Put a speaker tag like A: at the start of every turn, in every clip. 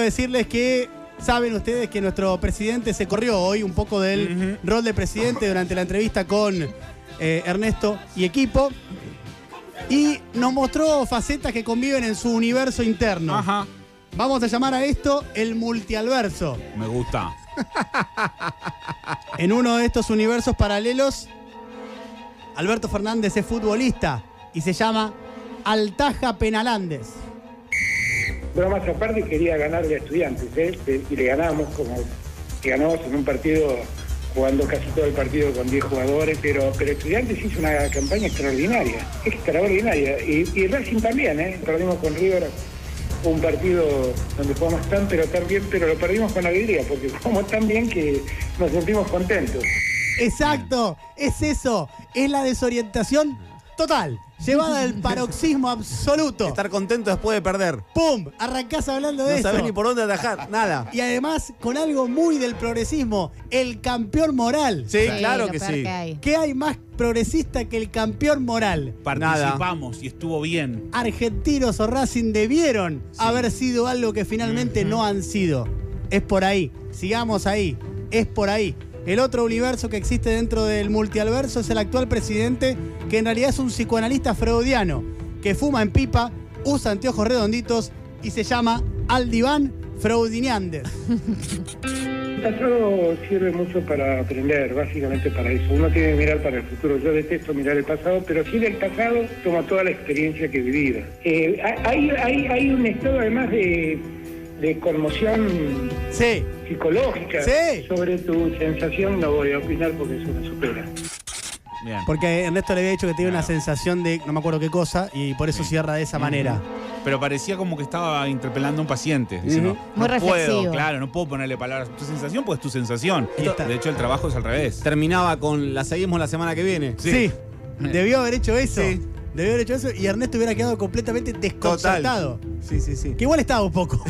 A: decirles que saben ustedes que nuestro presidente se corrió hoy un poco del rol de presidente durante la entrevista con eh, Ernesto y equipo. Y nos mostró facetas que conviven en su universo interno.
B: Ajá.
A: Vamos a llamar a esto el multialverso.
B: Me gusta.
A: En uno de estos universos paralelos, Alberto Fernández es futbolista y se llama Altaja Penalández.
C: Bromas aparte, quería ganarle a estudiantes, ¿eh? Eh, y le ganamos, como que ganamos en un partido jugando casi todo el partido con 10 jugadores, pero, pero estudiantes hizo una campaña extraordinaria, extraordinaria, y, y Racing también, ¿eh? perdimos con River un partido donde jugamos tan pero tan bien, pero lo perdimos con alegría, porque jugamos tan bien que nos sentimos contentos.
A: Exacto, es eso, es la desorientación total, llevada al paroxismo absoluto.
D: Estar contento después de perder.
A: ¡Pum! Arrancás hablando de
D: No
A: eso.
D: sabés ni por dónde atajar, nada.
A: Y además con algo muy del progresismo, el campeón moral.
D: Sí, claro
E: lo
D: que
E: peor
D: sí.
E: hay.
A: ¿Qué hay más progresista que el campeón moral?
B: Participamos y estuvo bien.
A: argentinos o Racing debieron haber sido algo que finalmente no han sido. Es por ahí, sigamos ahí, es por ahí. El otro universo que existe dentro del multialverso es el actual presidente, que en realidad es un psicoanalista freudiano, que fuma en pipa, usa anteojos redonditos y se llama Aldiván Freudiniandes.
C: pasado sirve mucho para aprender, básicamente para eso. Uno tiene que mirar para el futuro. Yo detesto mirar el pasado, pero sí del pasado tomo toda la experiencia que he vivido. Eh, hay, hay, hay un estado además de, de conmoción
A: Sí,
C: psicológica
A: Sí.
C: sobre tu sensación. No voy a opinar porque eso me supera.
B: Bien.
A: porque Ernesto le había dicho que tenía una sensación de no me acuerdo qué cosa y por eso cierra de esa manera.
B: Pero parecía como que estaba interpelando a un paciente. Diciendo,
A: Ujú.
B: no
E: Muy
B: puedo,
E: reflexivo.
B: claro, no puedo ponerle palabras. Tu sensación, pues tu sensación.
A: Ahí está.
B: De hecho, el trabajo es al revés.
D: Terminaba con la seguimos la semana que viene.
A: Sí.
B: Sí.
A: Debió haber hecho eso.
D: Eh. Sí.
A: Debió haber hecho eso y Ernesto hubiera quedado completamente desconcertado.
D: Sí, sí, sí.
A: Que igual estaba un poco.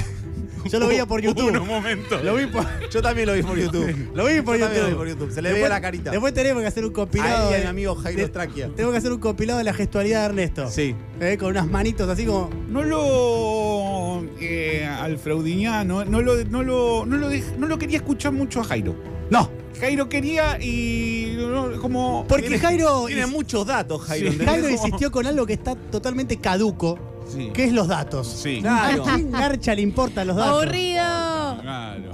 A: Yo lo veía por YouTube.
B: Un momento.
A: Lo vi por,
D: Yo también lo vi por YouTube.
A: lo vi por
D: Yo
A: YouTube.
D: también lo vi por YouTube. Se le veía la carita.
A: Después tenemos que hacer un compilado.
D: Ahí a
A: de-
D: mi amigo Jairo
A: de-
D: Straquia.
A: Tengo que hacer un compilado de la gestualidad de Ernesto.
D: Sí.
A: Eh, con unas manitos así como.
B: No lo. Eh, al freudiniano, no lo, no, lo, no, lo dej- no lo quería escuchar mucho a Jairo.
A: No.
B: Jairo quería y. no, como.
A: Porque Jairo.
D: Tiene muchos datos,
B: Sí.
D: Jairo. ¿entendés?
A: Jairo
D: Como-
A: insistió con algo que está totalmente caduco,
B: Sí.
A: que es los datos.
B: Sí.
D: Claro.
A: ¿A quién garcha le importan los datos?
E: Aburrido.
B: Claro.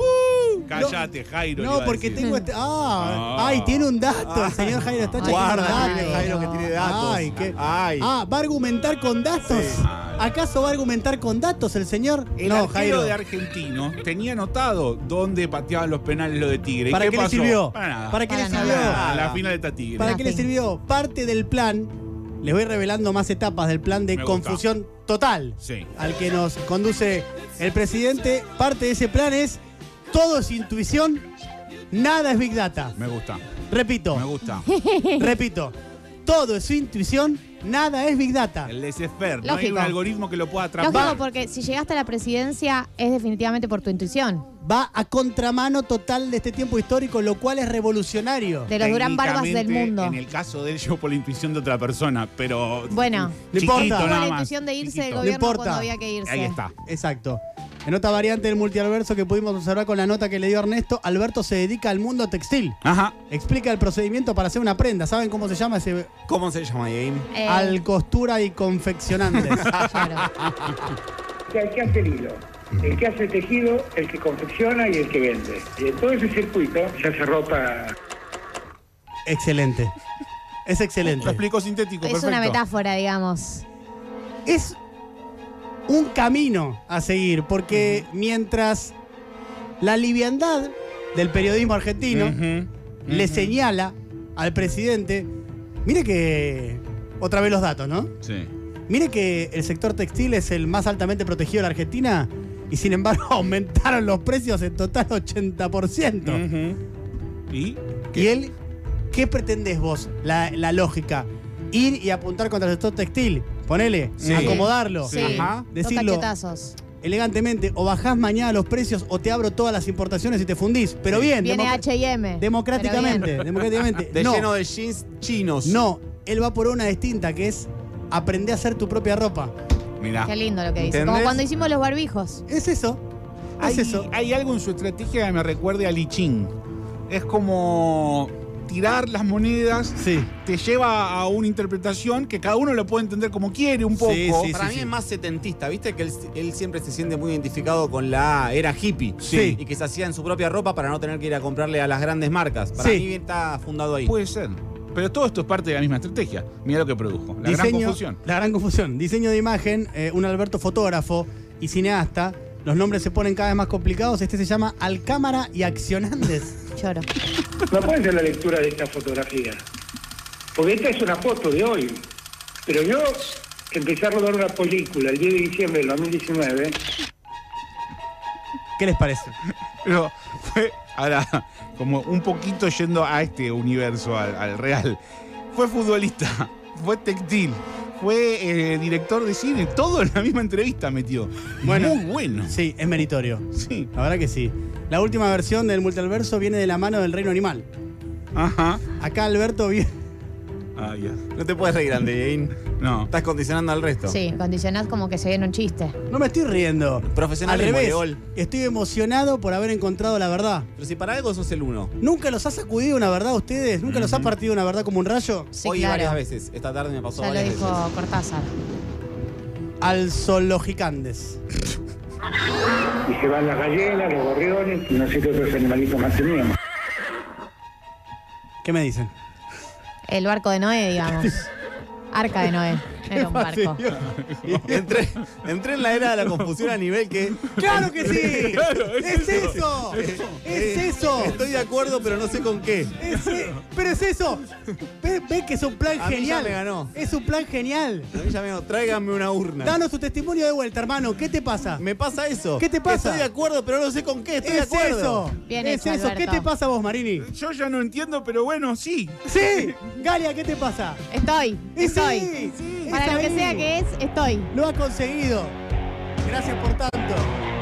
B: Cállate, Jairo.
A: Uh, No,
B: iba a
A: porque
B: decir.
A: tengo este. ¡Ah!
B: Ah.
A: ¡Ay, tiene un dato! El señor Jairo está
D: Guarda,
E: Ay,
D: que tiene Jairo que tiene datos.
A: Ay, qué-
D: Ay.
A: Ah, ¿va a argumentar con datos?
D: Sí.
A: ¿Acaso va a argumentar con datos el señor?
B: El
A: no,
B: arquero
A: Jairo.
B: de Argentino tenía anotado dónde pateaban los penales lo de Tigre. ¿Y
A: ¿Para qué, le
B: pasó?
A: sirvió?
B: Para nada.
A: ¿Para qué le
E: Para
A: sirvió?
E: nada.
B: A la final está Tigre.
A: ¿Para qué le
E: Nada.
A: sirvió? Parte del plan, les voy revelando más etapas del plan de
B: Me gusta.
A: confusión total
B: Sí.
A: al que nos conduce el presidente. Parte de ese plan es todo es intuición, nada es big data.
B: Me gusta.
A: Repito.
B: Me gusta.
A: Repito, todo es su intuición, nada es Big Data.
B: El laissez-faire. No hay
E: Lógico.
B: un algoritmo que lo pueda
E: Lógico,
B: atrapar.
E: porque si llegaste a la presidencia es definitivamente por tu intuición.
A: Va a contramano total de este tiempo histórico, lo cual es revolucionario.
E: De los Durán Barbas del
B: Técnicamente,
E: mundo.
B: En el caso de él, yo por la intuición de otra persona, pero.
E: Bueno.
A: No
B: Chiquito,
A: importa.
B: nada
E: Tuvo la
B: más.
E: intuición de irse del
B: Chiquito.
E: gobierno
A: importa.
E: cuando había que irse.
B: Ahí está.
A: Exacto. En otra variante del multialverso que pudimos observar con la nota que le dio Ernesto, Alberto se dedica al mundo textil.
B: Ajá.
A: Explica el procedimiento para hacer una prenda. ¿Saben cómo se llama ese?
D: ¿Cómo se llama, Game?
E: Eh,
A: Al costura y confeccionantes.
E: claro.
C: O sea, el que hace el hilo, el que hace el tejido, el que confecciona y el que vende. Y en todo ese circuito se hace ropa
A: excelente. Es
B: Lo
A: excelente.
B: explicó sintético,
E: Es
B: perfecto.
E: una metáfora, digamos.
A: es un camino a seguir, porque mientras la liviandad del periodismo argentino
B: Ujú,
A: le
B: ujú.
A: señala al presidente, mire que, otra vez los datos, ¿no?
B: Sí.
A: Mire que el sector textil es el más altamente protegido de la Argentina y sin embargo aumentaron los precios en total 80%.
B: Ujú. ¿Y?
A: Y él, ¿qué pretendés vos? La, la lógica. Ir y apuntar contra el sector textil. Ponele,
B: Sí.
A: acomodarlo.
B: Sí.
A: Ajá.
E: Dos
A: Decirlo,
E: cachetazos.
A: elegantemente, o bajás mañana los precios o te abro todas las importaciones y te fundís. Pero bien,
E: Viene
A: democ-
E: H&M.
A: democráticamente, democráticamente.
D: De
A: no,
D: lleno de jeans chinos.
A: no, él va por una distinta que es aprender a hacer tu propia ropa.
B: Mirá.
E: Qué lindo lo que dice.
D: ¿Entendés?
E: Como cuando hicimos los barbijos.
A: Es eso. Es eso.
B: hay algo en su estrategia que me recuerde a Lichín. Es como tirar las monedas
A: Sí.
B: te lleva a una interpretación que cada uno lo puede entender como quiere un poco.
A: Sí, sí,
D: Para mí es más setentista, ¿viste? Que él, él siempre se siente muy identificado con la era hippie.
A: Sí.
D: Y que se hacía en su propia ropa para no tener que ir a comprarle a las grandes marcas. Para
A: Sí.
D: mí está fundado ahí.
B: Puede ser. Pero todo esto es parte de la misma estrategia. Mira lo que produjo. La gran confusión.
A: La gran confusión. Diseño de imagen, eh, un Alberto fotógrafo y cineasta. Los nombres se ponen cada vez más complicados. Este se llama Alcámara y Accionantes.
E: Lloro.
C: No puede ser la lectura de esta fotografía. Porque esta es una foto de hoy. Pero yo empecé a rodar una película el 10 de diciembre del 2019.
A: ¿Qué les parece?
B: Pero fue, ahora, como un poquito yendo a este universo, al, al real. Fue futbolista, fue textil, fue eh, director de cine. Todo en la misma entrevista metió.
A: Bueno.
B: Muy bueno.
A: Sí, es meritorio.
B: Sí.
A: La verdad que sí. La última versión del multiverso viene de la mano del reino animal.
B: Ajá.
A: Acá Alberto viene.
B: Ah, ya.
D: No te puedes reír, Andy. ¿eh?
B: No.
D: Estás condicionando al resto.
E: Sí, condicionás como que se viene un chiste.
A: No me estoy riendo. Al
D: Profesional de
A: revés.
D: voleibol.
A: Estoy emocionado por haber encontrado la verdad.
D: Pero si para algo sos el uno.
A: ¿Nunca los ha sacudido una verdad a ustedes? ¿Nunca los ha partido una verdad como un rayo?
E: Sí,
D: Hoy
E: claro.
D: varias veces. Esta tarde me pasó
E: Ya lo
D: varias
E: dijo
D: veces.
E: Cortázar.
A: Al zoologicandes.
C: Y se van las gallinas, los gorriones y no sé qué otros animalitos más teníamos.
A: ¿Qué me dicen?
E: El barco de Noé, digamos. Arca de Noé. No era un barco.
D: Entré, entré en la era de la confusión a nivel que.
A: ¡Claro que sí! ¡Es eso! ¡Es eso!
D: Estoy de acuerdo, pero no sé con qué.
A: Es e- ¡Pero es eso! Ve, ve que es un plan
D: A mí ya
A: genial.
D: me ganó.
A: Es un plan genial.
D: A mí ya me dijo, tráiganme una urna.
A: Danos tu testimonio de vuelta, hermano. ¿Qué te pasa?
D: Me pasa eso.
A: ¿Qué te pasa?
D: Estoy de acuerdo, pero no sé con qué. Estoy de
A: ¡Es
D: acuerdo.
A: eso!
E: Bien
A: ¡Es
E: hecho,
A: eso! ¿Qué
E: Alberto.
A: te pasa a vos, Marini?
B: Yo ya no entiendo, pero bueno, sí.
A: ¡Sí! Galia, ¿qué te pasa?
E: Estoy,
A: Sí,
E: estoy.
A: sí,
E: Para
A: es
E: lo que
A: ahí.
E: sea que es, estoy.
A: Lo ha conseguido. Gracias por tanto.